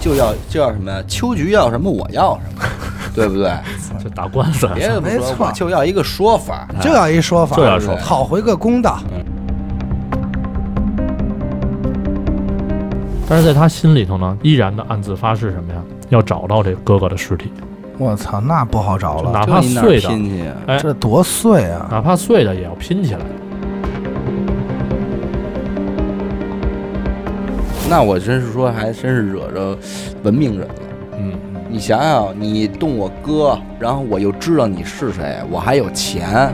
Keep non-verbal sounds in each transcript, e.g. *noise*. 就要就要什么呀？秋菊要什么，我要什 *laughs* 么，对不对？就打官司，别的不没说，错我就要一个说法。就要一说法，就要说法讨回个公道。但是在他心里头呢，依然的暗自发誓什么呀？要找到这哥哥的尸体，我操，那不好找了，哪就怕你哪碎儿的，亲戚啊？哎，这多碎啊！哪怕碎的也要拼起来。那我真是说，还真是惹着文明人了。嗯，你想想，你动我哥，然后我又知道你是谁，我还有钱，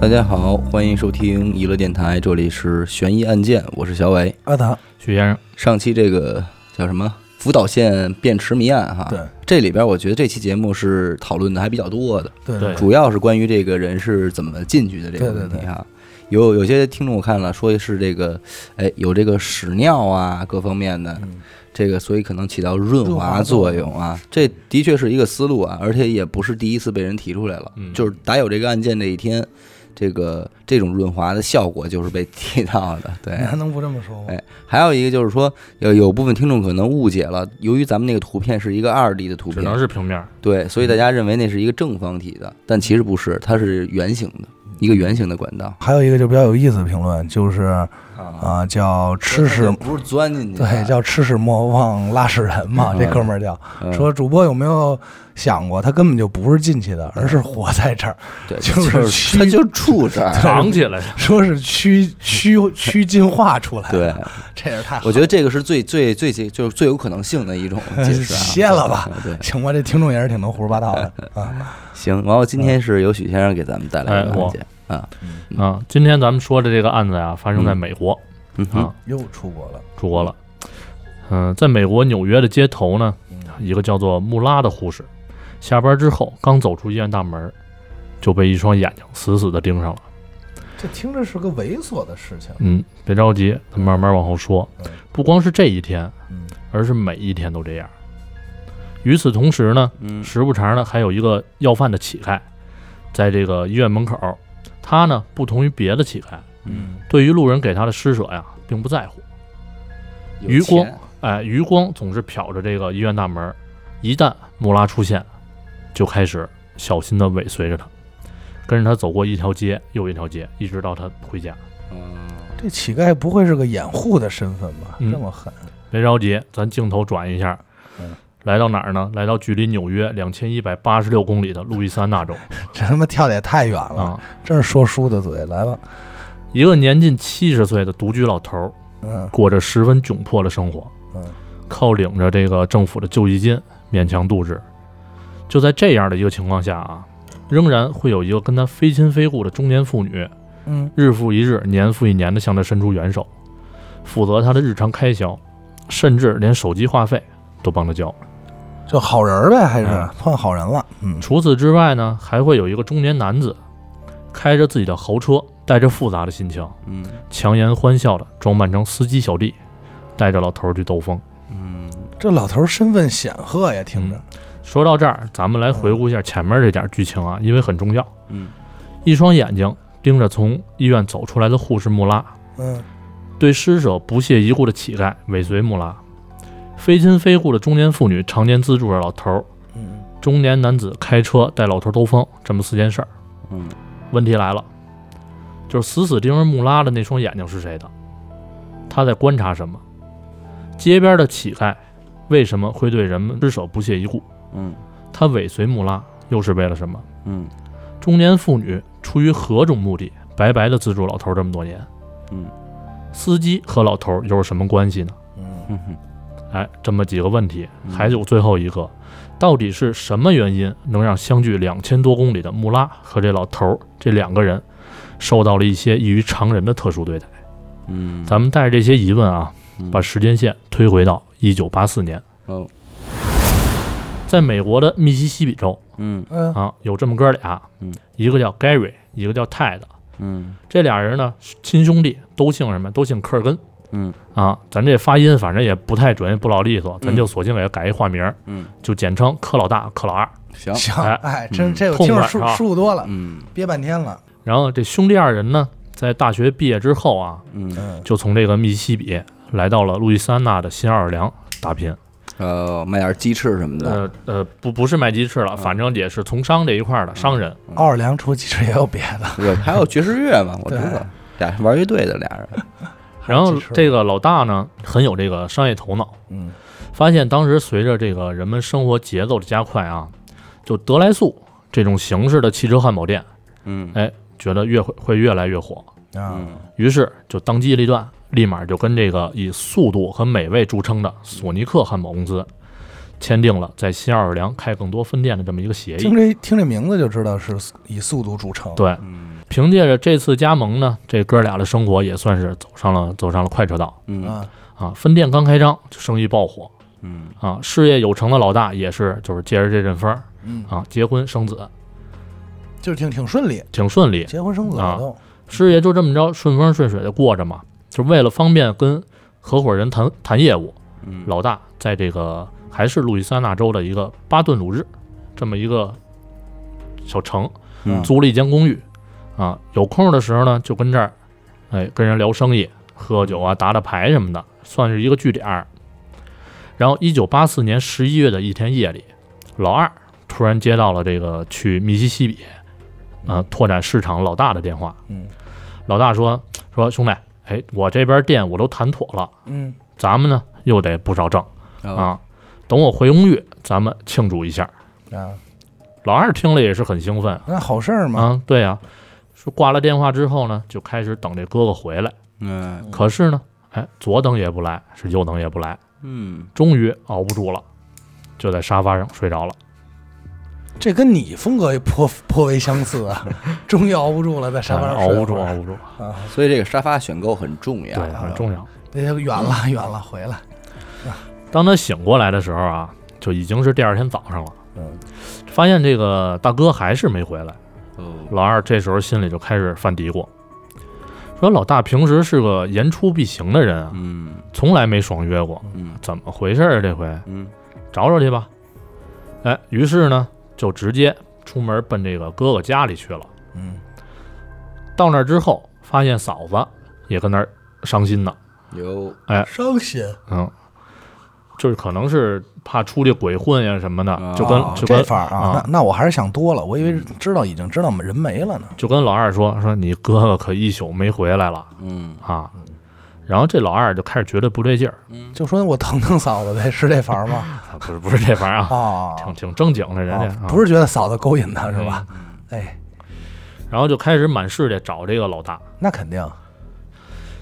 大家好，欢迎收听娱乐电台，这里是悬疑案件，我是小伟。阿达，啊许先生，上期这个叫什么？福岛县变池谜案哈，对，这里边我觉得这期节目是讨论的还比较多的，对对主要是关于这个人是怎么进去的这个问题对对哈。有有些听众我看了，说是这个，哎，有这个屎尿啊，各方面的，这个所以可能起到润嗯润滑滑作作用啊。这的确是一个思路啊，而且也不是第一次被人提出来了。嗯就是打有这个案件这一天，这个这种润滑的效果就是被提到 *laughs* 的。对，你还能不这么说吗？哎还有一个就是说，有有部分听众可能误解了，由于咱们那个图片是一个二 D 的图只片，能是 *laughs* 平面儿。对，所以大家认为那是一个正方体的，但其实不是，它是圆形的，一个圆形的管道还有一个就比较有意思的评论，就是啊，啊、叫吃它屎，不是钻进去的，对，叫吃屎莫忘拉屎人嘛，嗯这哥们儿叫嗯说主播有没有想过，他根本就不是进去的，而是活在这儿，对， *laughs* 就是是它就住这儿。藏起来，说是趋趋趋进化出来。 *laughs* 对，，这也是太好了我觉得这个是最最最就是最有可能性的一 *laughs* 种解释啊。歇了吧对，嗯对，行吧，这听众也是挺能胡说八道的啊。行。完后今天是由许先生给咱们带来的哎我案件啊，啊，今天咱们说的这个案子呀，发生在嗯美国、嗯哼啊，又出国了，出国了。嗯、在美国纽约的街头呢，嗯一个叫做穆拉的护士，下班之后刚走出医院大门，就被一双眼睛死死的盯上了。这听着是个猥琐的事情。嗯，别着急，咱慢慢往后说嗯。不光是这一天，嗯而是每一天都这样。与此同时呢，嗯时不常的还有一个要饭的乞丐，在这个医院门口，他呢不同于别的乞丐，嗯，对于路人给他的施舍呀，并不在乎。有余光钱哎，余光总是瞟着这个医院大门，一旦穆拉出现，就开始小心的尾随着他，跟着他走过一条街又一条街，一直到他回家。嗯这乞丐不会是个掩护的身份吧？嗯这么狠，别着急，咱镜头转一下嗯，来到哪儿呢？来到距离纽约两千一百八十六公里的路易斯安那州这他妈跳的也太远了，啊，真是说书的嘴。来吧，一个年近七十岁的独居老头儿，嗯过着十分窘迫的生活，嗯，靠领着这个政府的救济金勉强度日。就在这样的一个情况下啊，仍然会有一个跟他非亲非故的中年妇女，嗯，日复一日、年复一年地向他伸出援手，负责他的日常开销，甚至连手机话费都帮他交。就好人儿呗，还是嗯碰好人了。嗯，除此之外呢，还会有一个中年男子，开着自己的豪车，带着复杂的心情，嗯强颜欢笑地装扮成司机小弟，带着老头儿去兜风。嗯，这老头儿身份显赫呀，听着，说到这儿，咱们来回顾一下前面这点剧情啊，因为很重要。嗯一双眼睛盯着从医院走出来的护士穆拉，嗯，对施舍不屑一顾的乞丐尾随穆拉，非亲非故的中年妇女常年资助着老头儿，嗯，中年男子开车带老头儿兜风，这么四件事儿。嗯，问题来了，就是死死盯着穆拉的那双眼睛是谁的？他在观察什么？街边的乞丐为什么会对人们施舍不屑一顾？嗯他尾随穆拉又是为了什么？嗯中年妇女出于何种目的，白白的资助老头儿这么多年？嗯，司机和老头儿又是什么关系呢？嗯，嗯哼哎，这么几个问题，嗯还有最后一个，到底是什么原因能让相距两千多公里的穆拉和这老头儿这两个人受到了一些异于常人的特殊对待？嗯，咱们带着这些疑问啊，嗯把时间线推回到一九八四年，哦在美国的密西西比州嗯嗯，啊，有这么哥俩嗯，一个叫 Gary，一个叫 Ted，嗯这俩人呢亲兄弟，都姓什么？都姓科尔根。嗯啊，咱这发音反正也不太准，也不老利索，咱就索性给它改一化名儿，嗯，就简称柯老大、柯老二。行，行，哎哎，真嗯这我痛听着快舒是吧舒服多了，嗯憋半天了，然后这兄弟二人呢，在大学毕业之后啊，嗯，嗯，就从这个密西西比来到了路易斯安那的新奥尔良打拼。呃，卖点鸡翅什么的，呃呃，不不是卖鸡翅嗯了，反正也是从商这一块儿的商人。嗯奥尔良除其实也有别的，对，还有爵士乐嘛，我知道，俩玩乐队的俩人，然后还有鸡翅这个老大呢，很有这个商业头脑，嗯发现当时随着这个人们生活节奏的加快啊，就德来速这种形式的汽车汉堡店，嗯觉得越会会越来越火，啊，嗯于是就当机立断，立马就跟这个以速度和美味著称的索尼克汉堡公司签订了在新奥尔良开更多分店的这么一个协听议。这听这名字就知道是以速度著称，哎对，嗯凭借着这次加盟呢，这哥俩的生活也算是走上了走上了快车道嗯啊，啊！分店刚开张就生意爆火嗯啊，事业有成的老大也是就是借着这阵风儿嗯，啊，结婚生子就是挺挺顺利，挺顺利，结婚生子了都，事业就这么着顺风顺水的过着嘛。就为了方便跟合伙人谈谈业务，嗯，老大在这个还是路易斯安那州的一个巴顿鲁日这么一个小城嗯租了一间公寓啊，有空的时候呢就跟这儿，哎，跟人聊生意、喝酒啊、打打牌什么的，算是一个据点儿。然后，一九八四年十一月的一天夜里，老二突然接到了这个去密西西比啊拓展市场老大的电话。嗯老大说说兄弟，哎，我这边店我都谈妥了，嗯，咱们呢又得不少挣。啊啊，等我回公寓，咱们庆祝一下。啊，老二听了也是很兴奋那好事儿嘛，啊，对呀、说挂了电话之后呢，就开始等这哥哥回来。嗯可是呢，哎，左等也不来，是右等也不来，嗯终于熬不住了，就在沙发上睡着了。这跟你风格也颇颇为相似啊， *laughs* 终于熬不住了，在沙发上哎熬睡不会住，儿哎熬不住，啊，所以这个沙发选购很重对要，，很重要。那就远了 *laughs* 远了，回来，当他醒过来的时候啊，就已经是第二天早上了。嗯，发现这个大哥还是没回来，哦，老二这时候心里就开始犯嘀咕，说老大平时是个言出必行的人啊，嗯从来没爽约过，嗯怎么回事儿啊？这回嗯找找去吧。哎，于是呢，就直接出门奔这个哥哥家里去了。嗯，到那儿之后，发现嫂子也跟那儿伤心呢。有，伤心，嗯，就是可能是怕出去鬼混呀什么的，就跟哦就这跟法儿啊啊，那那我还是想多了，我以为知道已经知道人没了呢，就跟老二说说你哥哥可一宿没回来了嗯啊。然后这老二就开始觉得不对劲儿， *laughs* 嗯就说我疼疼嫂子呗，是这法儿吗？啊不是不是这玩意儿啊，啊，挺挺正经的嗯人家，啊不是，是觉得嫂子勾引他是吧？哎，然后就开始满世界找这个老大，那肯定，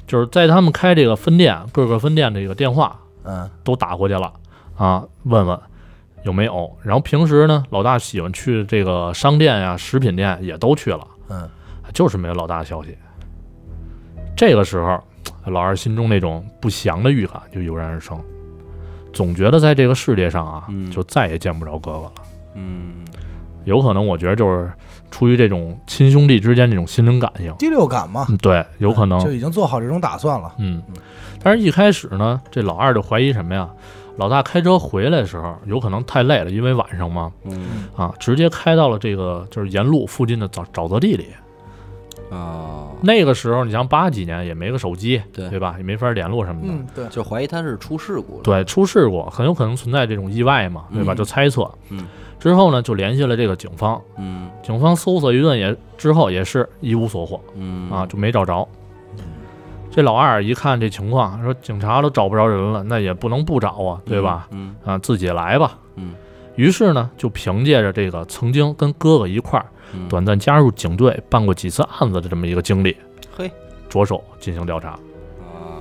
就是在他们开这个分店，各个分店这个电话嗯都打过去了啊，问问有没有。然后平时呢，老大喜欢去这个商店呀、食品店也都去了，嗯，就是没有老大的消息。这个时候，老二心中那种不祥的预感就油然而生，总觉得在这个世界上啊嗯，就再也见不着哥哥了。嗯有可能，我觉得就是出于这种亲兄弟之间这种心灵感应，第六感嘛，嗯，对，有可能就已经做好这种打算了，嗯，但是一开始呢，这老二就怀疑什么呀？老大开车回来的时候，有可能太累了，因为晚上嘛，嗯啊，直接开到了这个就是沿路附近的沼沼泽地里。哦，那个时候，你像八几年也没个手机，对对吧？也没法联络什么的。嗯，对，就怀疑他是出事故了，对，出事故很有可能存在这种意外嘛，对吧？嗯就猜测。嗯。之后呢，就联系了这个警方，嗯警方搜索一顿也之后也是一无所获嗯啊，就没找着。这老二一看这情况，说警察都找不着人了，那也不能不找啊，对吧？？嗯啊，自己来吧。嗯，于是呢，就凭借着这个曾经跟哥哥一块儿嗯，短暂加入警队、办过几次案子的这么一个经历，嘿着手进行调查。啊，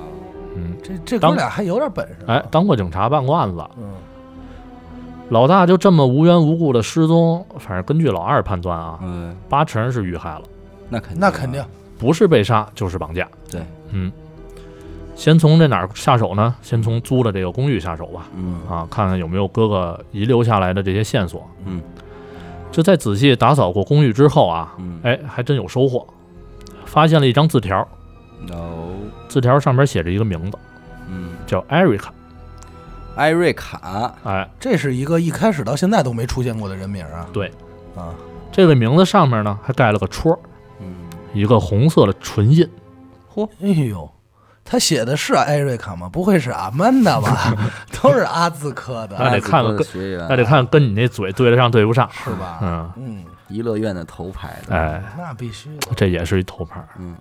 嗯，这这当哥俩还有点本事，啊哎，，当过警察，办过案子。嗯老大就这么无缘无故的失踪，反正根据老二判断啊，嗯，八成是遇害了，那肯定啊那肯定，不是被杀就是绑架。对，嗯，先从这哪儿下手呢？先从租的这个公寓下手吧。嗯啊，看看有没有哥哥遗留下来的这些线索。嗯，就在仔细打扫过公寓之后啊，嗯，哎，还真有收获，发现了一张字条，哦，字条上边写着一个名字，嗯，叫艾瑞卡。艾瑞卡，哎，这是一个一开始到现在都没出现过的人名啊。对，啊，这个名字上面呢还盖了个戳，嗯，一个红色的唇印。哎呦，他写的是艾瑞卡吗？不会是阿曼 *laughs* 达吧？都是阿字科那的，得艾看看斯科的学员，那得看跟你那嘴对得上对不上。是吧？嗯，嗯，怡乐院的头牌的，哎，那必须的。这也是一头牌儿。嗯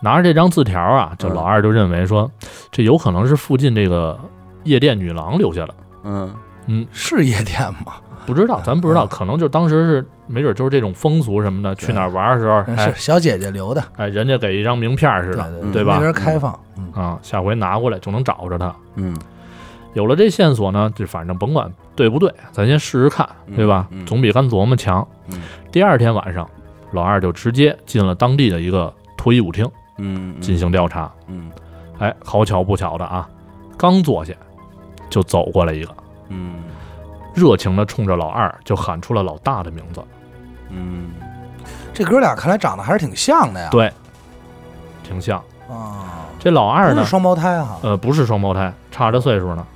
拿着这张字条啊，这嗯老二就认为说，这有可能是附近这个夜店女郎留下的。嗯是夜店吗？不知道，咱不知道，可能就当时是没准就是这种风俗什么的，去哪儿玩的时候，嗯哎是小姐姐留的，哎，人家给一张名片儿似对的对对对吧那边开放，嗯，啊，下回拿过来就能找着他。嗯，有了这线索呢，就反正甭管对不对，咱先试试看，嗯对吧？嗯总比干琢磨强。嗯第二天晚上，老二就直接进了当地的一个脱衣舞厅嗯，进行调查。嗯，哎，好巧不巧的啊，刚坐下就走过来一个，嗯热情的冲着老二就喊出了老大的名字。嗯嗯，这哥俩看来长得还是挺像的呀。对，挺像。啊，这老二不呢是，双胞胎啊哈。呃，不是双胞胎，差着岁数呢。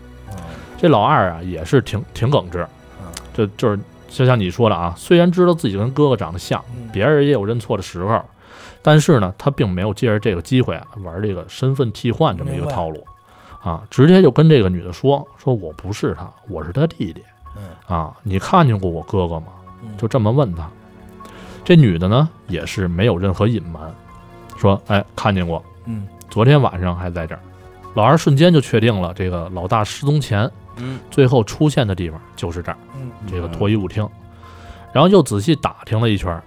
这老二啊，也是挺挺耿直嗯，就就是就像你说的啊，虽然知道自己跟哥哥长得像，嗯别人也有认错的时候，但是呢，他并没有借着这个机会啊玩这个身份替换这么一个明白套路，啊，直接就跟这个女的说说我不是他，我是他弟弟，嗯啊，你看见过我哥哥吗？嗯就这么问他。这女的呢也是没有任何隐瞒，说哎看见过，嗯，昨天晚上还在这儿。老二瞬间就确定了这个老大失踪前嗯最后出现的地方就是这儿，嗯这个脱衣舞厅。然后又仔细打听了一圈儿，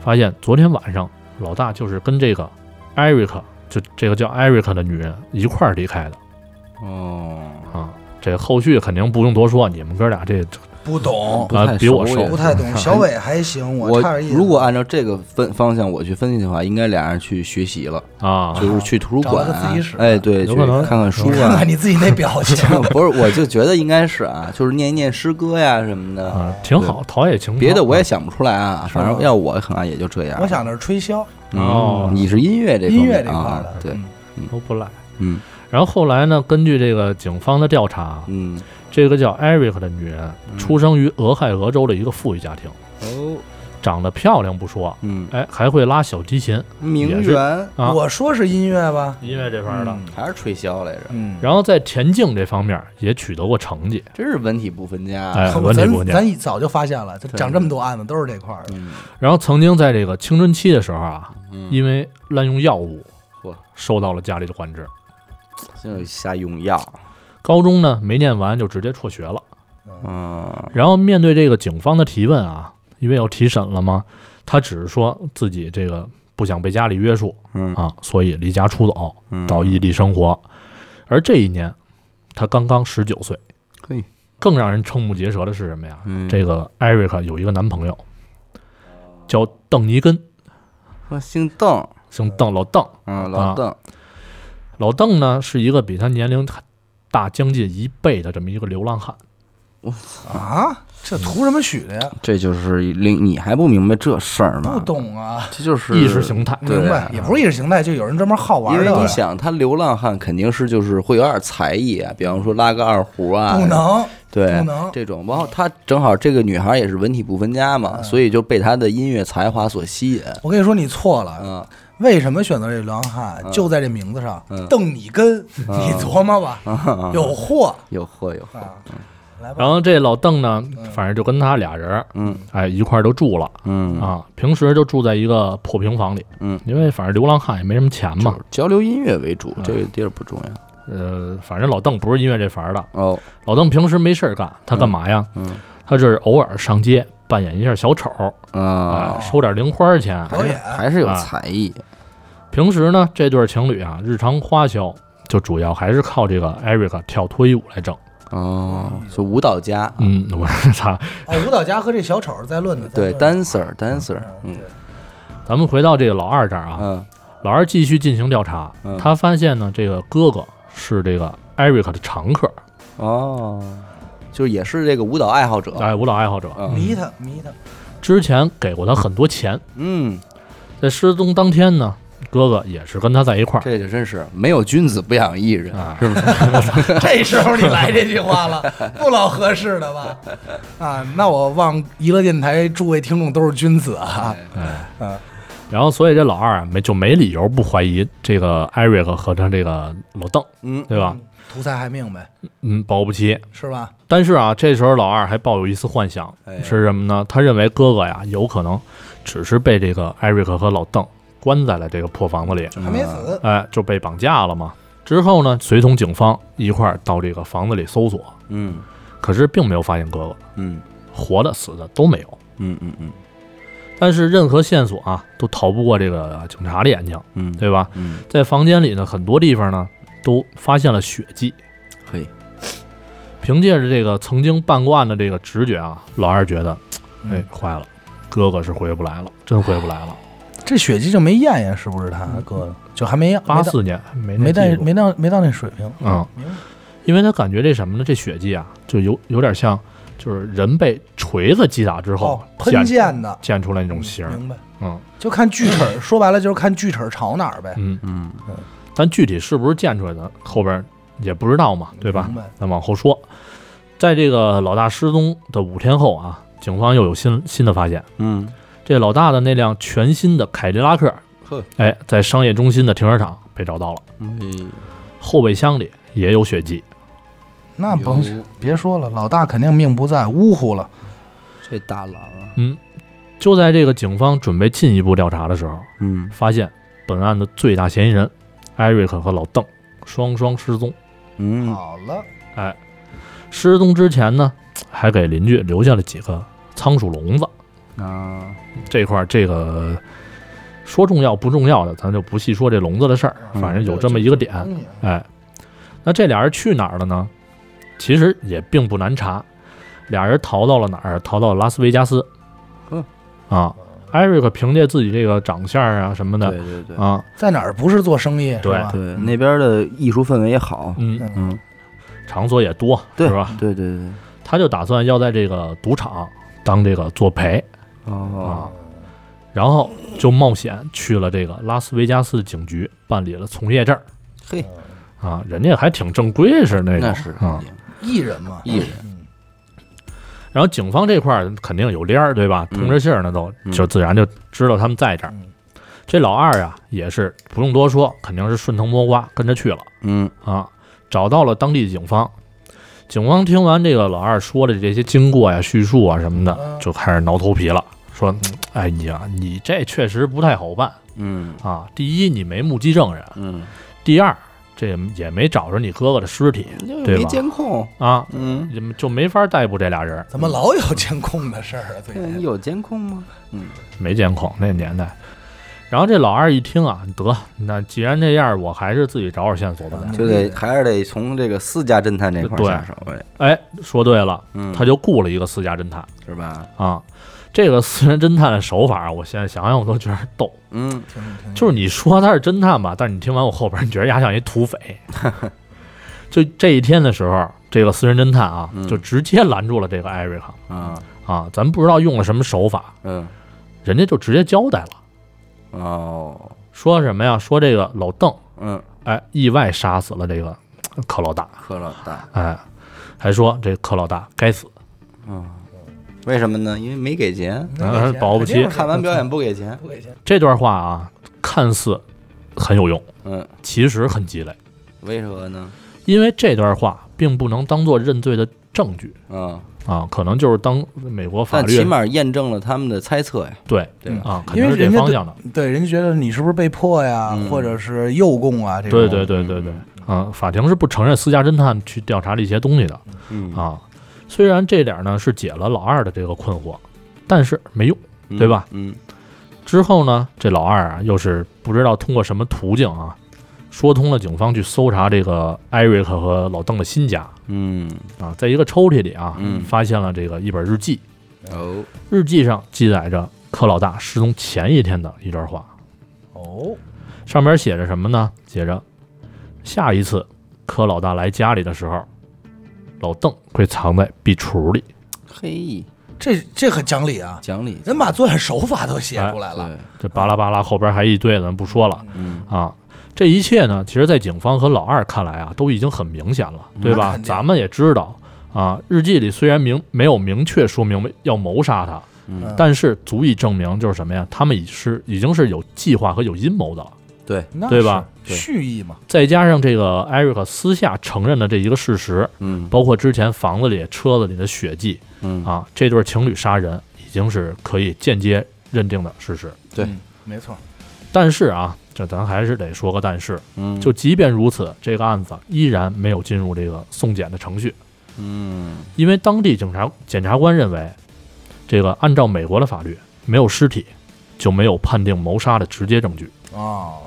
发现昨天晚上老大就是跟这个艾瑞克，就这个叫艾瑞克的女人一块儿离开的哦，啊。这后续肯定不用多说，你们哥俩这不懂，哦不太啊比我熟熟也不 *laughs* 太懂。嗯小伟还行，我差点意思。如果啊按照这个分方向我去分析的话，应该俩人去学习了，啊，就是去图书馆找了个自习室，哎，对，去有可能看看书看啊看。你自己那表情， *laughs* 不是，我就觉得应该是啊，就是念一念诗歌呀什么的，啊挺好，陶冶情操。别的我也想不出来啊。吧反正要我可能也就这样。我想的是吹箫，哦嗯，你是音乐这音方乐面这块儿啊的，，对，嗯，都不赖。嗯然后后来呢，根据这个警方的调查啊，嗯，这个叫 Eric 的女人嗯出生于俄亥俄州的一个富裕家庭，哦，长得漂亮不说，嗯，哎，还会拉小提琴，名也是媛啊我说是音乐吧，音乐这方面的。嗯还是吹箫来着，嗯，然后在田径这方面也取得过成绩，真是文体不分家啊。哎，后文理不咱念。咱一早就发现了，就对讲这么多案子都是这块儿的，嗯然后曾经在这个青春期的时候啊，嗯，因为滥用药物嚯，受到了家里的管制。就瞎用药，高中呢没念完就直接辍学了。嗯然后面对这个警方的提问啊，因为要提审了嘛，他只是说自己这个不想被家里约束嗯啊，所以离家出走嗯到异地生活。而这一年，他刚刚十九岁。嘿，更让人瞠目结舌的是什么呀？嗯这个艾瑞克有一个男朋友，叫邓尼根，说啊姓邓，姓邓，老邓。啊嗯，老邓，老邓呢是一个比他年龄大将近一倍的这么一个流浪汉。啊，这图什么许的呀？这就是令你还不明白这事儿不吗？懂啊，这就是意识形态对啊明白？也不是意识形态，就有人专门好玩因儿为的你，想，他流浪汉肯定是就是会有点才艺啊，比方说拉个二胡啊，不能，对，不能这种。然后他正好这个女孩也是文体不分家嘛，嗯所以就被他的音乐才华所吸引。我跟你说你错了，嗯为什么选择这流浪汉？就在这名字上，嗯邓你根，你琢磨吧，有货有货有货，啊！来吧然，后这老邓呢，反正就跟他俩人儿，嗯哎，一块儿都住了。嗯，啊，平时就住在一个破平房里，嗯，因为反正流浪汉也没什么钱嘛，交流音乐为嗯主，这个地儿不重要。呃，反正老邓不是音乐这行的，哦，老邓平时没事儿干，他干嘛呀？嗯他就是偶尔上街扮演一下小丑，啊啊，，收点零花钱。表演还是有才艺。平时呢，这对情侣啊，日常花销就主要还是靠这个艾瑞克跳脱衣舞来挣。哦，是舞蹈家，嗯，我操，哦，舞蹈家和这小丑在论的，在对论呢，dancer dancer，嗯咱们回到这个老二这儿啊，嗯老二继续进行调查，嗯他发现呢，这个哥哥是这个艾瑞克的常客，哦，就是也是这个舞蹈爱好者。哎，舞蹈爱好者，哦嗯迷他迷他，之前给过他很多钱。嗯在失踪当天呢，哥哥也是跟他在一块儿这就真是没有君子不养艺人，啊，是不是？这时候你来这句话了，不老合适了吧？啊，那我望娱乐电台诸位听众都是君子啊，然后所以这老二啊没就没理由不怀疑这个艾瑞克和他这个老邓，嗯，对吧？图财害命呗，嗯，保不齐。是吧？但是啊，这时候老二还抱有一丝幻想，哎是什么呢？他认为哥哥呀有可能只是被这个艾瑞克和老邓关在了这个破房子里， *laughs* 嗯还没死，哎，就被绑架了嘛。之后呢，随同警方一块儿到这个房子里搜索，嗯可是并没有发现哥哥，嗯活的死的都没有。嗯嗯嗯但是任何线索啊，都逃不过这个警察的眼睛，嗯，对吧？嗯，在房间里呢，很多地方呢都发现了血迹。嘿，凭借着这个曾经办过案的这个直觉啊，老二觉得，嗯哎，坏了，哥哥是回不来了，真回不来了。这血迹就没验验，是不是他哥就还没验，八四年没没那到记录没到没到那水平，嗯，明白因为他感觉这什么呢？这血迹啊，就有有点像，就是人被锤子击打之后哦，溅喷溅的溅出来那种形儿。明白？嗯就看锯齿儿，说白了就是看锯齿儿朝哪儿呗，嗯，嗯但具体是不是溅出来的，后边也不知道嘛，对吧明？白？咱往后说，在这个老大失踪的五天后啊，警方又有新新的发现。嗯，这老大的那辆全新的凯迪拉克呵，哎，在商业中心的停车场被找到了，嗯后备箱里也有血迹。那甭别说了，老大肯定命不在，呜呼了。这大郎啊，嗯，就在这个警方准备进一步调查的时候，嗯发现本案的最大嫌疑人艾瑞克和老邓双双失踪。哎嗯，好了，失踪之前呢，还给邻居留下了几个仓鼠笼子。啊，这块儿这个说重要不重要的，咱就不细说这笼子的事儿，嗯反正有这么一个点。哎，那这俩人去哪儿了呢？其实也并不难查，俩人逃到了哪儿？逃到了拉斯维加斯嗯。啊，艾瑞克凭借自己这个长相啊什么对的对对，啊，嗯在哪儿不是做生意是对吧？对那边的艺术氛围也好，嗯，嗯，场所也多，对是吧？对对对，他就打算要在这个赌场当这个作陪哦啊，，然后就冒险去了这个拉斯维加斯警局办理了从业证嘿，啊，人家还挺正规是那那种是啊，艺人嘛，艺人，嗯然后警方这块儿肯定有链儿，对吧？嗯通着信儿呢都，嗯就自然就知道他们在这儿。嗯这老二啊，也是不用多说，肯定是顺藤摸瓜跟着去了嗯啊，找到了当地警方。警方听完这个老二说的这些经过呀、叙述啊什么的，嗯就开始挠头皮了，说：“嗯哎你呀、你这确实不太好办嗯啊！第一，你没目击证人；嗯，第二，这也没找着你哥哥的尸体对吧没监控，啊，嗯，也就没法逮捕这俩人。怎么老有监控的事儿啊？最那近你有监控吗？嗯没监控那年代。然后这老二一听啊，得，那既然这样，我还是自己找找线索吧。嗯就得还是得从这个私家侦探这块儿对下手呗，哎，说对了，嗯，他就雇了一个私家侦探是吧？啊。这个私人侦探的手法，啊我现在想想我都觉得逗。嗯听着听着就是你说他是侦探吧，但是你听完我后边，你觉得他像一 *laughs* 土匪。就这一天的时候，这个私人侦探啊，嗯就直接拦住了这个艾瑞克啊啊。咱不知道用了什么手法，嗯人家就直接交代了，哦说什么呀？说这个老邓嗯，哎，意外杀死了这个呃柯老大，柯老大，哎，还说这柯老大该死，为什么呢？因为没给钱，那给钱啊保不齐肯定是看完表演不给钱，不给钱，这段话啊，看似很有用，嗯，其实很鸡肋，为何呢？因为这段话并不能当做认罪的证据嗯，啊，可能就是当美国法但起律码验证了他们的猜测呀，对对吧？啊，肯因定是为这人家方对向的，对人家觉得你是不是被迫呀嗯，或者是诱供啊？这种对对对对对，啊，法庭是不承认私家侦探去调查这些东西的嗯，啊。虽然这点儿呢是解了老二的这个困惑，但是没用。嗯对吧？嗯之后呢，这老二啊，又是不知道通过什么途径啊，说通了警方去搜查这个艾瑞克和老邓的新家嗯，啊，在一个抽屉里啊，嗯发现了这个一本日记，哦，日记上记载着柯老大失踪前一天的一段话，哦，上面写着什么呢？写着下一次柯老大来家里的时候，老邓会藏在壁橱里。嘿，这这很讲理啊，讲理，人把作案手法都哎写出来了，对，这巴拉巴拉后边还一堆，咱不说了嗯啊。这一切呢，其实，在警方和老二看来啊，都已经很明显了，对嗯那吧？肯定咱们也知道啊，日记里虽然明没有明确说明要谋杀他，嗯但是足以证明就是什么呀？他们已是已经是有计划和有阴谋的了。对，那对吧是对蓄意嘛，再加上这个艾瑞克私下承认的这一个事实，嗯包括之前房子里、车子里的血迹嗯，啊，这对情侣杀人已经是可以间接认定的事实。对嗯，没错，但是啊，这咱还是得说个但是，嗯就即便如此，这个案子依然没有进入这个送检的程序，嗯因为当地警察检察官认为，这个按照美国的法律，没有尸体就没有判定谋杀的直接证据。哦，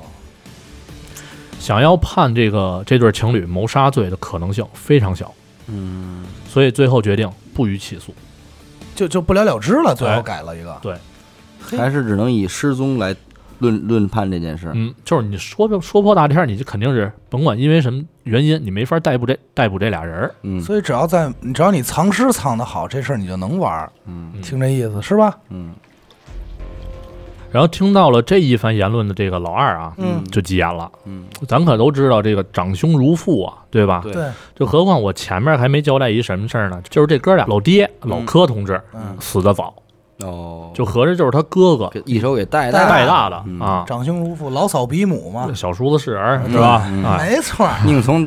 想要判这个这对情侣谋杀罪的可能性非常小，嗯所以最后决定不予起诉。就就不了了之了，最哎后改了一个，对，嘿还是只能以失踪来论论判这件事。嗯，就是你说这说破大天儿，你就肯定是甭管因为什么原因，你没法逮捕这逮捕这俩人儿。嗯所以只要在只要你藏尸藏得好，这事儿你就能玩儿，嗯嗯听这意思是吧？嗯然后听到了这一番言论的这个老二啊，嗯就急眼了。嗯咱可都知道这个长兄如父啊，对吧？对对，就何况我前面还没交代一什么事儿呢，就是这哥俩老爹老柯同志、嗯，死得早，哦，就合着就是他哥哥给一手给带带大带了，大的、嗯啊，长兄如父，老嫂比母嘛，小叔子是人儿是吧？嗯啊，没错儿。宁 *laughs* 从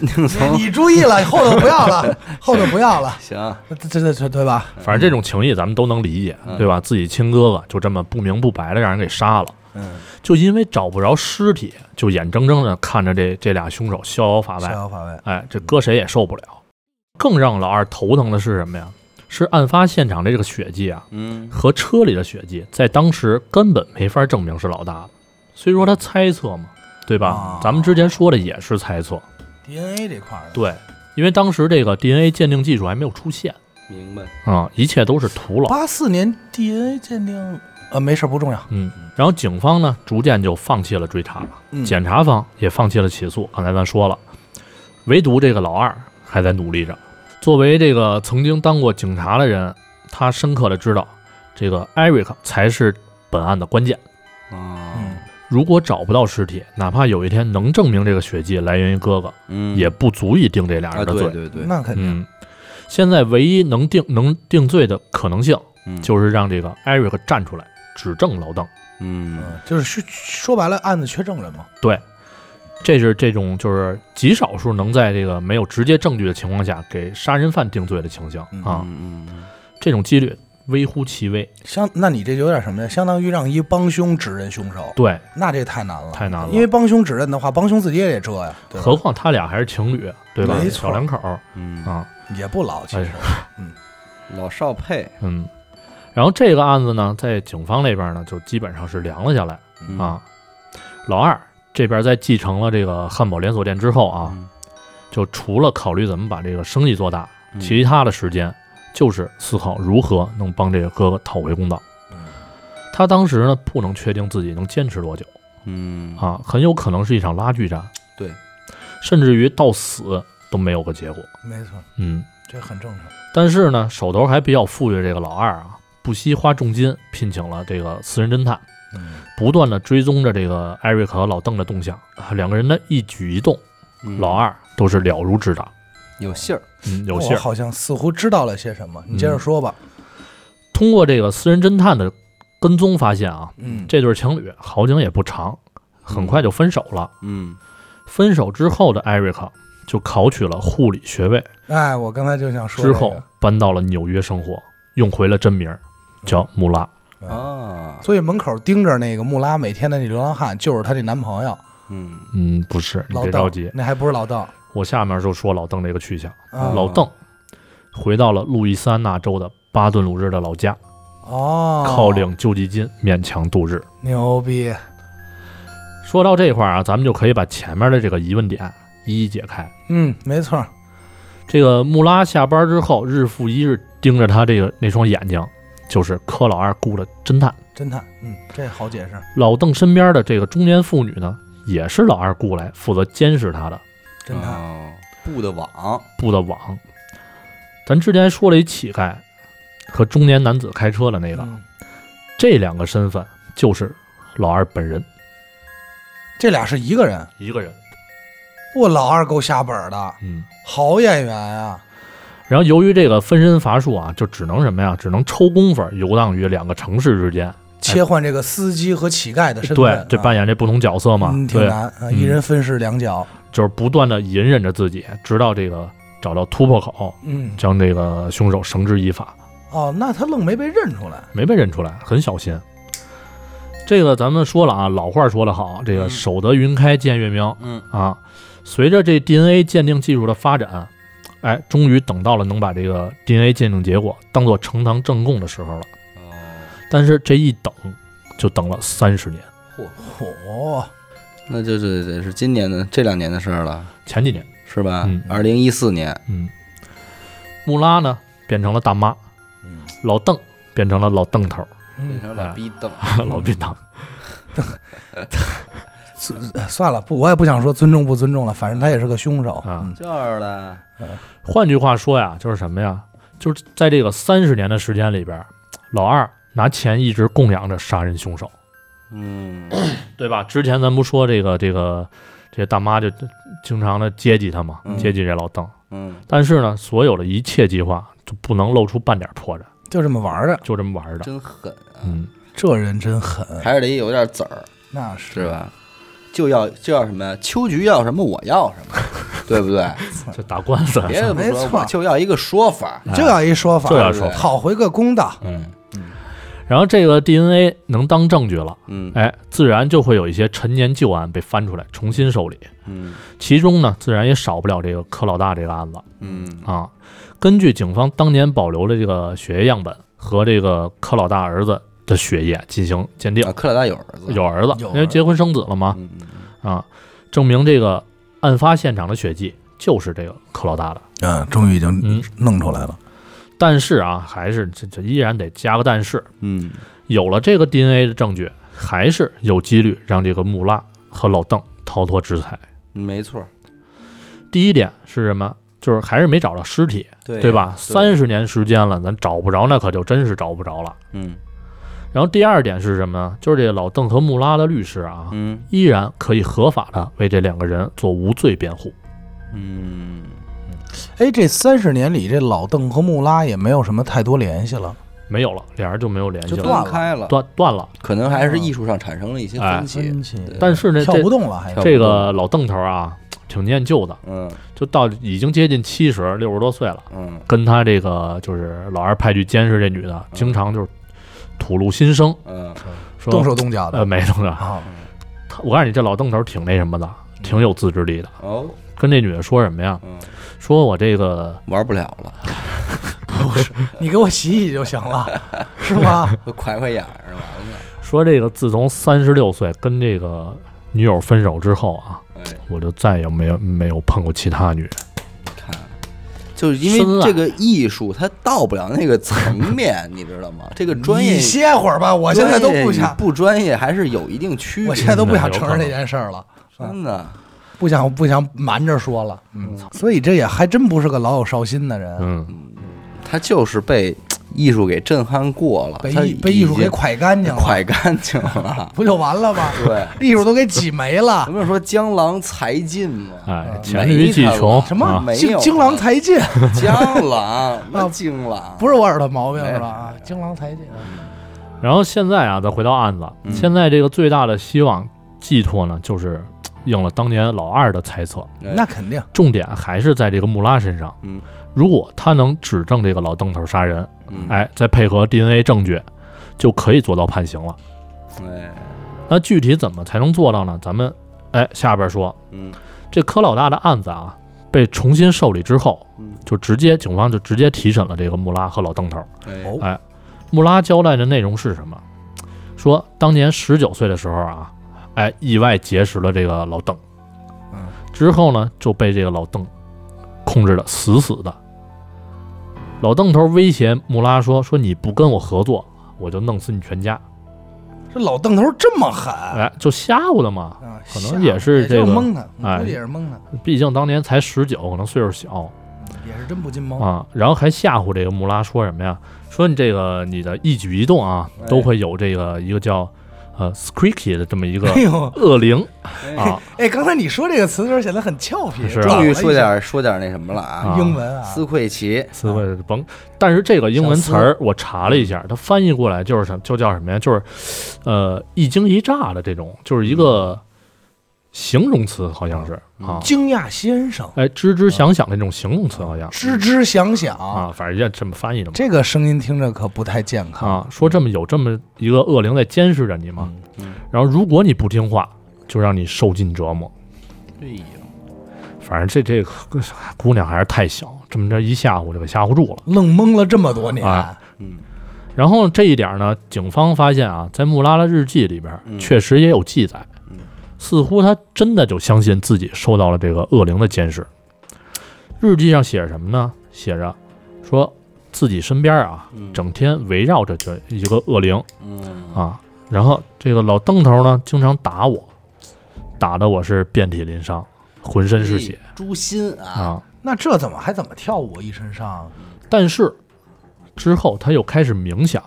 宁从你你注意 *laughs* 了，后头不要了，后头不要 *laughs* 了， *laughs* 行，这这这对吧？反正这种情谊咱们都能理解，嗯对吧？自己亲哥哥就这么不明不白的让人给杀了，嗯，就因为找不着尸体，就眼睁睁的看着这这俩凶手逍遥法逍外，遥法外。哎，这搁谁也受不了。更让老二头疼的是什么呀？是案发现场这个血迹啊，嗯和车里的血迹，在当时根本没法证明是老大的，所以说他猜测嘛，对吧啊？咱们之前说的也是猜测， DNA 这块儿，对，因为当时这个 DNA 鉴定技术还没有出现明白，啊，一切都是徒劳。八四年 DNA 鉴定，呃，没事儿不重要。嗯，然后警方呢，逐渐就放弃了追查了，嗯检察方也放弃了起诉。刚才咱说了，唯独这个老二还在努力着。作为这个曾经当过警察的人，他深刻的知道，这个 Eric 才是本案的关键。啊嗯，如果找不到尸体，哪怕有一天能证明这个血迹来源于哥哥，嗯也不足以定这俩啊人的罪。对对对，那肯定。嗯，现在唯一能定能定罪的可能性，嗯就是让这个 Eric 站出来指证老邓。嗯嗯就是说说白了，案子缺证人嘛。这是这种就是极少数能在这个没有直接证据的情况下给杀人犯定罪的情形嗯啊，嗯嗯这种几率微乎其微。相，那你这就有点什么呀？相当于让一帮凶指认凶手，对，那这太难了，太难了因为帮凶指认的话，帮凶自己也得遮呀，对吧何况他俩还是情侣，对吧？没错小两口儿嗯嗯，啊，也不老，其实。老少配嗯。然后这个案子呢，在警方那边呢，就基本上是凉了下来嗯啊。老二这边在继承了这个汉堡连锁店之嗯后啊，，就除了考虑怎么把这个生意做大，嗯其他的时间就是思考如何能帮这个哥哥讨回公道。嗯他当时呢，不能确定自己能坚持多久嗯嗯啊，很有可能是一场拉锯战，对，甚至于到死都没有个结果。没错，嗯，这很正常。但是呢，手头还比较富裕，的这个老二啊，不惜花重金聘请了这个私人侦探，嗯，不断的追踪着这个艾瑞克和老邓的动向，啊两个人的一举一动，嗯老二都是了如指掌。有信儿，嗯，有信我儿。嗯好像似乎知道了些什么，你接着说吧。通过这个私人侦探的跟踪发现啊，嗯，这对情侣好景也不长，很快就分手了。嗯分手之后的艾瑞克就考取了护理学位，哎，我刚才就想说之这后个，搬到了纽约生活，用回了真名儿叫穆拉。嗯啊，所以门口盯着那个穆拉每天的那流浪汉就是她这男朋友嗯嗯，不是，你老别邓着急，那还不是老邓。我下面就说老邓这个去向。啊老邓回到了路易斯安那州的巴顿鲁日的老家，哦，靠领救济金勉强度日。牛逼，说到这块儿啊，咱们就可以把前面的这个疑问点一一解开。嗯，没错，这个穆拉下班之后，日复一日盯着他这个那双眼睛，就是柯老二雇的侦探。侦探，嗯，这好解释，老邓身边的这个中年妇女呢，也是老二雇来负责监视他的侦啊探，哦布的网，布的网。咱之前说了一乞丐，和中年男子开车的那个，嗯这两个身份就是老二本人这俩是一个人。一个人。我老二够下本儿的，嗯，好演员啊！然后由于这个分身乏术啊，就只能什么呀？只能抽功夫游荡于两个城市之间。切换这个司机和乞丐的身份对啊，，这扮演这不同角色嘛，嗯挺对，难啊，一人分饰两角。就是不断的隐忍着自己，直到这个找到突破口，嗯，将这个凶手绳之以法。哦，那他愣没被认出来。没被认出来，很小心。这个咱们说了啊，老话说得好，这个嗯守得云开见月明嗯，啊。随着这 DNA 鉴定技术的发展，哎，终于等到了能把这个 DNA 鉴定结果当做呈堂证供的时候了。哦，但是这一等就等了三十年，嚯，那就是得是今年的这两年的事儿了，前几年，是吧嗯？二零一四年，嗯，穆拉呢变成了大妈，嗯，老邓变成了老邓头儿，变嗯，成老逼瞪， *laughs* 老逼当。算了，不，我也不想说尊重不尊重了，反正他也是个凶手啊嗯就是的，换句话说呀，就是什么呀？就是在这个三十年的时间里边，老二拿钱一直供养着杀人凶手，嗯，对吧？之前咱不说这个这个这大妈就经常的接济他嘛，嗯接济这老邓。嗯，但是呢，所有的一切计划就不能露出半点破绽，就这么玩儿的。就这么玩的。真狠啊，嗯，这人真狠，还是得有点籽儿，那是是吧？就要就要什么呀？秋菊要什么，我要什 *laughs* 么，对不对？这打官司，啊别的不没说，错我就要一个说法。这要一说法，这要说法讨回个公道。嗯。然后这个 DNA 能当证据了，嗯哎，自然就会有一些陈年旧案被翻出来重新受理，嗯其中呢，自然也少不了这个柯老大这个案子。嗯啊，根据警方当年保留的这个血液样本和这个柯老大儿子的血液进行鉴定啊，，柯老大有儿子，有儿子，有因为结婚生子了嘛，嗯，嗯啊，证明这个案发现场的血迹就是这个柯老大的。嗯，终于已经嗯弄出来了。但是啊，还是这这依然得加个但是，嗯，有了这个 DNA 的证据，还是有几率让这个穆拉和老邓逃脱制裁。嗯没错儿，第一点是什么？就是还是没找到尸体，对对吧？三十，十年时间了，咱找不着，那可就真是找不着了。嗯然后第二点是什么呢？就是这个老邓和穆拉的律师啊，嗯依然可以合法的为这两个人做无罪辩护。嗯，哎，这三十年里，这老邓和穆拉也没有什么太多联系了。没有了，俩人就没有联系了，就断断了开了，哎断断了。可能还是艺术上产生了一些分歧。分歧对但是呢，跳不这动了，还跳不动这个老邓头啊，挺念旧的，嗯就到已经接近七十六十多岁了，嗯跟他这个就是老二派去监视这女嗯的，经常就是吐露心声，嗯说动手动脚呃的没动手。 *laughs* 啊，他我告诉你，这老邓头挺那什么的，嗯挺有自制力的。哦跟这女的说什么呀？嗯，说我这个玩不了了，你给我洗洗就行了， *laughs* 是吗？都 *laughs* 快快眼儿完了，说这个自从三十六岁跟这个女友分手之后啊，哎，我就再也没有没有碰过其他女人。看。就是因为这个艺术，它到不了那个层面，你知道 *laughs* 吗？这个专业你歇会儿吧，我现在都不专业想与，不专业还是有一定区别嗯我现在都不想承认这件事儿了，真的。不想不想瞒着说了。嗯，所以这也还真不是个老有少心的人，嗯，他就是被艺术给震撼过了，被他艺被艺术给已经快干净了，。*laughs* 快干净了不就完了吗？ *laughs* 对，艺术都给挤没了咱，们说江郎才尽 *laughs* 嘛，哎，嗯黔驴技穷，什么啊没精有精狼才尽，江郎那精郎啊不是是我耳朵毛病是吧？没啊精狼才尽，然后现在啊，再回到案子，嗯现在这个最大的希望寄托呢，就是应了当年老二的猜测，哎那肯定。重点还是在这个穆拉身上。嗯，如果他能指证这个老邓头杀人，嗯哎，再配合 DNA 证据，就可以做到判刑了。哎那具体怎么才能做到呢？咱们哎下边说。嗯这柯老大的案子啊，被重新受理之后，嗯就直接警方就直接提审了这个穆拉和老邓头。哎哦穆拉交代的内容是什么？说当年十九岁的时候啊，哎，意外结识了这个老邓，嗯，之后呢就被这个老邓控制的死死的。老邓头威胁穆拉说：“说你不跟我合作，我就弄死你全家。这老邓头这么狠”啊，哎，就吓唬的嘛。可能吓也是就这个蒙他，哎估计也是蒙他。毕竟当年才十九，可能岁数小，也是真不禁猫。啊，然后还吓唬这个穆拉说什么呀？说你这个你的一举一动啊，都会有这个一个叫呃 Squeaky 的这么一个哎呦，恶灵啊，哎，刚才你说这个词的时候显得很俏皮，是啊终于说说点说点那什么了啊！英文啊，斯奎奇，词汇甭。但是这个英文词儿我查了一下，它翻译过来就是什么，就叫什么呀？就是呃一惊一乍的这种，就是一个形容词，好像是嗯啊，惊讶先生，哎，吱吱响响的那种形容词，好像吱吱响嗯响，啊，反正人家这么翻译的嘛。这个声音听着可不太健康。啊，说这么有这么一个恶灵在监视着你吗？嗯然后如果你不听话，就让你受尽折磨。哎呦，反正这这个姑娘还是太小，这么着一吓唬就给吓唬住了。愣蒙了这么多年，啊嗯然后这一点呢，警方发现啊，在穆拉拉日记里边嗯确实也有记载，嗯似乎他真的就相信自己受到了这个恶灵的监视。日记上写着什么呢？写着说自己身边啊，嗯整天围绕着这一个恶灵，嗯啊，然后这个老邓头呢，经常打我，打的我是遍体鳞伤，浑身是血哎诛心啊！啊。那这怎么还怎么跳舞一身伤？但是之后他又开始冥想，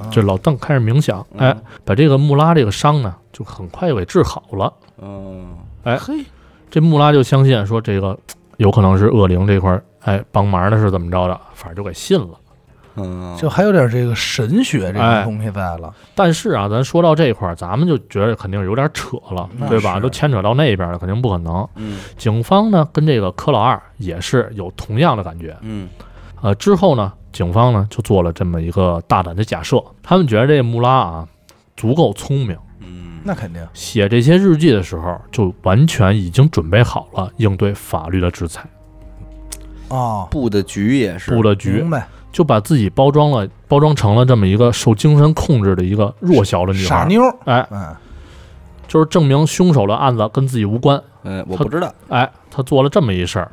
啊这老邓开始冥想，嗯哎，把这个穆拉这个伤呢，就很快就给治好了。嗯，哎嘿，这穆拉就相信说这个有可能是恶灵这块儿，哎，帮忙的是怎么着的，反正就给信了。嗯，就还有点这个神学这哎个东西在了，但是啊，咱说到这块儿，咱们就觉得肯定有点扯了，那对吧？是都牵扯到那边了，肯定不可能。嗯警方呢跟这个柯老二也是有同样的感觉。嗯呃，之后呢，警方呢就做了这么一个大胆的假设，他们觉得这个穆拉啊足够聪明，嗯，那肯定写这些日记的时候就完全已经准备好了应对法律的制裁，哦，布的局也是布了局明，白，就把自己包装了，包装成了这么一个受精神控制的一个弱小的女傻孩。妞儿，哎，嗯，就是证明凶手的案子跟自己无关。嗯，我不知道，哎，他做了这么一事儿。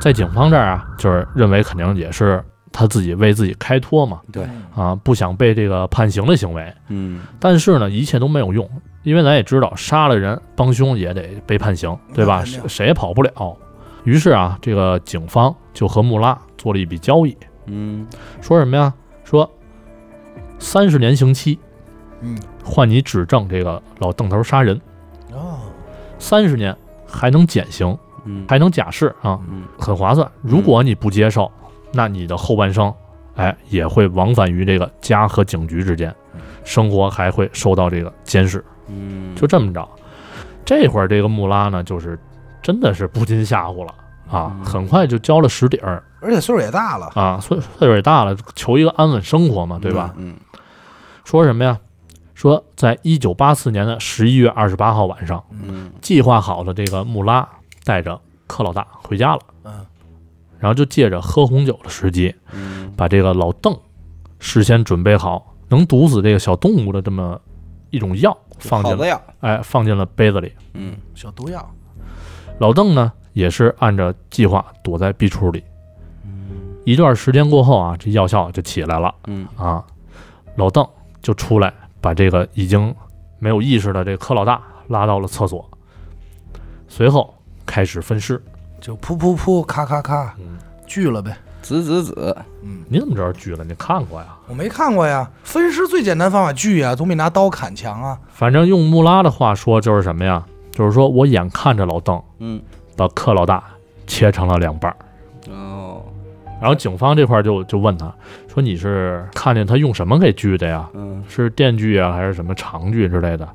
在警方这儿啊，就是认为肯定也是他自己为自己开脱嘛，对，啊，不想被这个判刑的行为。嗯但是呢，一切都没有用，因为咱也知道，杀了人，帮凶也得被判刑，对吧？那肯定谁谁也跑不了。于是啊，这个警方就和穆拉做了一笔交易，嗯说什么呀？说三十年刑期，嗯，换你指证这个老邓头杀人，哦，三十年还能减刑，嗯，还能假释啊，嗯很划算。如果你不接受，那你的后半生，哎，也会往返于这个家和警局之间，生活还会受到这个监视。嗯，就这么着，这会儿这个穆拉呢，就是真的是不禁吓唬了啊，嗯很快就交了实底儿而且岁数也大了，啊，岁岁数也大了，求一个安稳生活嘛，对吧？嗯？说什么呀？说在一九八四年的十一月二十八号晚上，嗯计划好的这个穆拉带着克老大回家了，嗯，然后就借着喝红酒的时机，嗯把这个老邓事先准备好能毒死这个小动物的这么一种药放进耗子了，药，哎，放进了杯子里。嗯小毒药，老邓呢，也是按照计划躲在壁橱里。一段时间过后啊，这药效就起来了嗯啊，老邓就出来把这个已经没有意识的这柯老大拉到了厕所，随后开始分尸。就噗噗噗，咔咔咔，嗯，锯了呗。子子子，你怎么知道剧了？你看过呀？我没看过呀，分尸最简单方法锯啊，总比拿刀砍强啊。反正用穆拉的话说就是什么呀？就是说我眼看着老邓嗯把柯老大切成了两半儿，哦，然后警方这块儿就就问他说：“你是看见他用什么给锯的呀？”嗯是电锯啊，还是什么长锯之类的。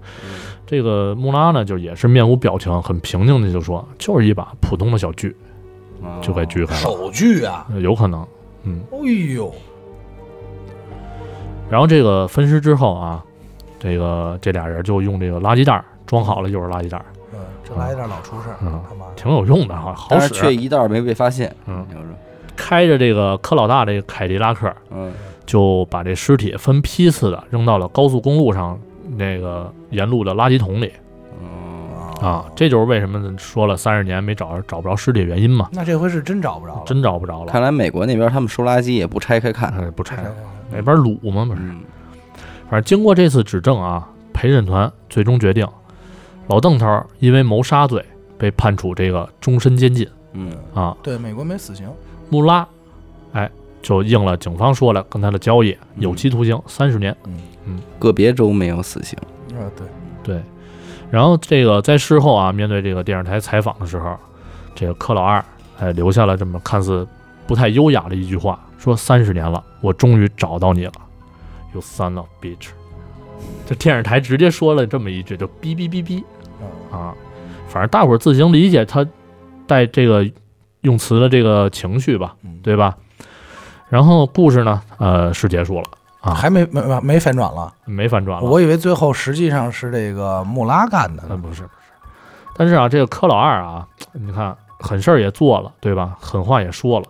这个穆拉呢，就也是面无表情，很平静的就说，就是一把普通的小锯哦就给锯开嗯了，手锯啊，有可能。嗯，哎呦，然后这个分尸之后啊，这个这俩人就用这个垃圾袋儿装好了，就是垃圾袋儿，嗯，这来点老出事儿，嗯他妈的，挺有用的哈，好但是却使。啊一道没被发现。嗯，你说，开着这个科老大这个凯迪拉克，嗯就把这尸体分批次的扔到了高速公路上那个沿路的垃圾桶里嗯，哦啊。这就是为什么说了三十年没找找不着尸体原因嘛，那这回是真找不着了，真找不着了。看来美国那边他们收垃圾也不拆开看。哎不这拆才光那边鲁嘛，不是。嗯，反正经过这次指证啊，陪审团最终决定，老邓头儿因为谋杀罪被判处这个终身监禁嗯，啊。对，美国没死刑，穆拉，哎，就应了警方说了跟他的交易，有期徒刑三十年。个别州没有死刑。啊，对，对，然后这个在事后啊，面对这个电视台采访的时候，这个柯老二哎留下了这么看似不太优雅的一句话，说三十年了，我终于找到你了，You son of bitch。这电视台直接说了这么一句，就哔哔哔哔嗯，啊，反正大伙儿自行理解他带这个用词的这个情绪吧，嗯对吧？然后故事呢，呃，是结束了，啊还没没没没反转了，没反转了。我以为最后实际上是这个穆拉干的那嗯呢，不是不是，但是啊，这个柯老二啊，你看狠事儿也做了，对吧？狠话也说了，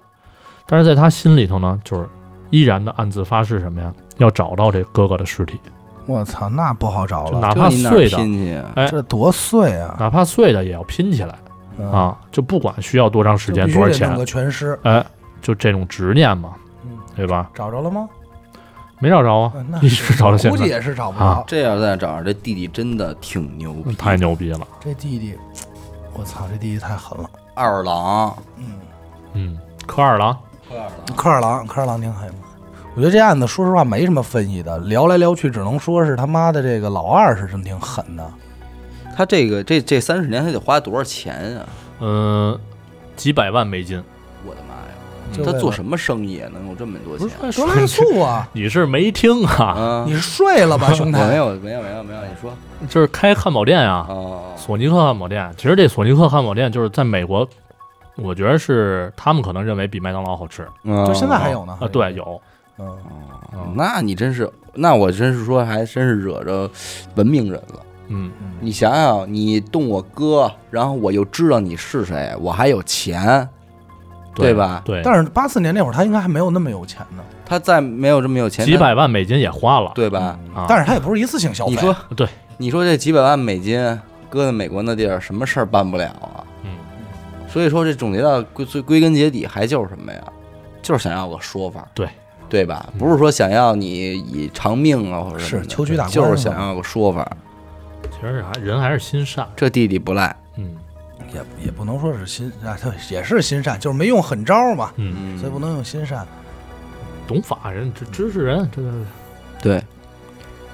但是在他心里头呢，就是依然的暗自发誓什么呀？要找到这哥哥的尸体，我操，那不好找就了，哪就啊怕你哪儿碎的，拼去啊？哎这多碎啊！哪怕碎的也要拼起来嗯，啊！就不管需要多长时这间、必须多少得弄钱，个全尸，哎，就这种执念嘛嗯，对吧？找着了吗？没找着啊嗯那， *laughs* 一直找到现估计在，也是找不啊着。这要再找着，这弟弟真的挺牛逼，嗯太牛逼了，这弟弟，我操，这弟弟太狠了。二郎，嗯，嗯，柯二郎，二郎，科二郎，科二郎挺狠的。我觉得这案子，说实话没什么分析的，聊来聊去，只能说是他妈的这个老二是真挺狠的。他这个这这三十年他得花多少钱啊？嗯，几百万美金，我的妈呀！就嗯他为做了什么生意啊？能有这么多不钱是？说德拉 *laughs* 素啊？你是没听啊？啊，你睡了吧，兄弟我？ *laughs* 没有没有没有没有，你说就是开汉堡店啊，哦，索尼克汉堡店，其实这索尼克汉堡店就是在美国，我觉得是他们可能认为比麦当劳好吃就就现在还有呢啊。对，，有，嗯，嗯哎哦那你真是，那我真是说，还真是惹着文明人了。嗯，你想想，你动我哥，然后我又知道你是谁，我还有钱，对吧对，但是八四年那会儿他应该还没有那么有钱呢，他再没有这么有钱，几他百万美金也花了，对吧？啊，但是他也不是一次性消费。你说对，你说这几百万美金搁在美国那地儿，什么事儿办不了啊？嗯，所以说这总结到归最归根结底还就是什么呀？就是想要个说法，对对吧？不是说想要你以偿命啊，或者什么的是求取打官司就嘛，是想要个说法。其实还人还是心善，这弟弟不赖，嗯也也不能说是心啊，他也是心善，就是没用狠招嘛，嗯，嗯所以不能用心善。懂法人，知知识人，这个对。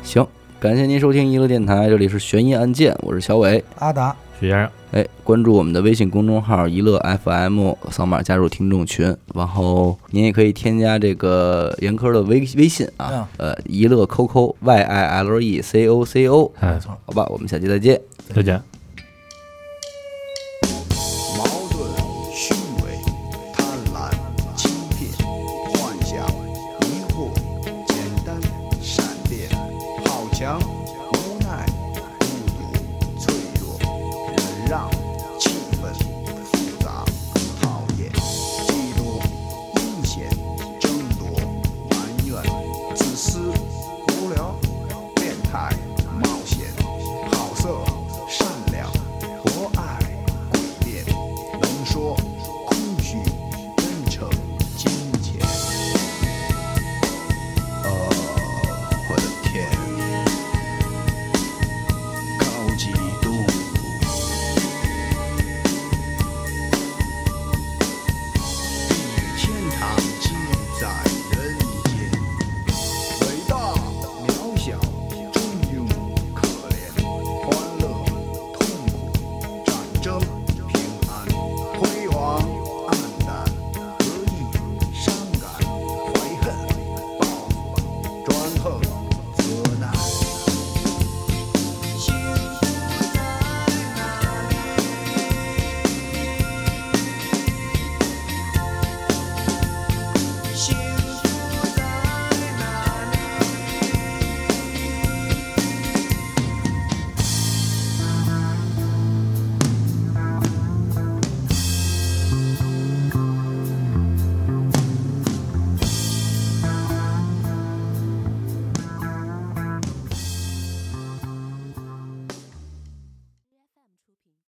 行，感谢您收听娱乐电台，这里是悬疑案件，我是小伟。阿达，许先生，哎，关注我们的微信公众号“一乐 FM”，扫码加入听众群，然后您也可以添加这个严科的微微信啊，呃，一乐 QQ Y I L E C O C O，哎，好吧，我们下期再见。再见。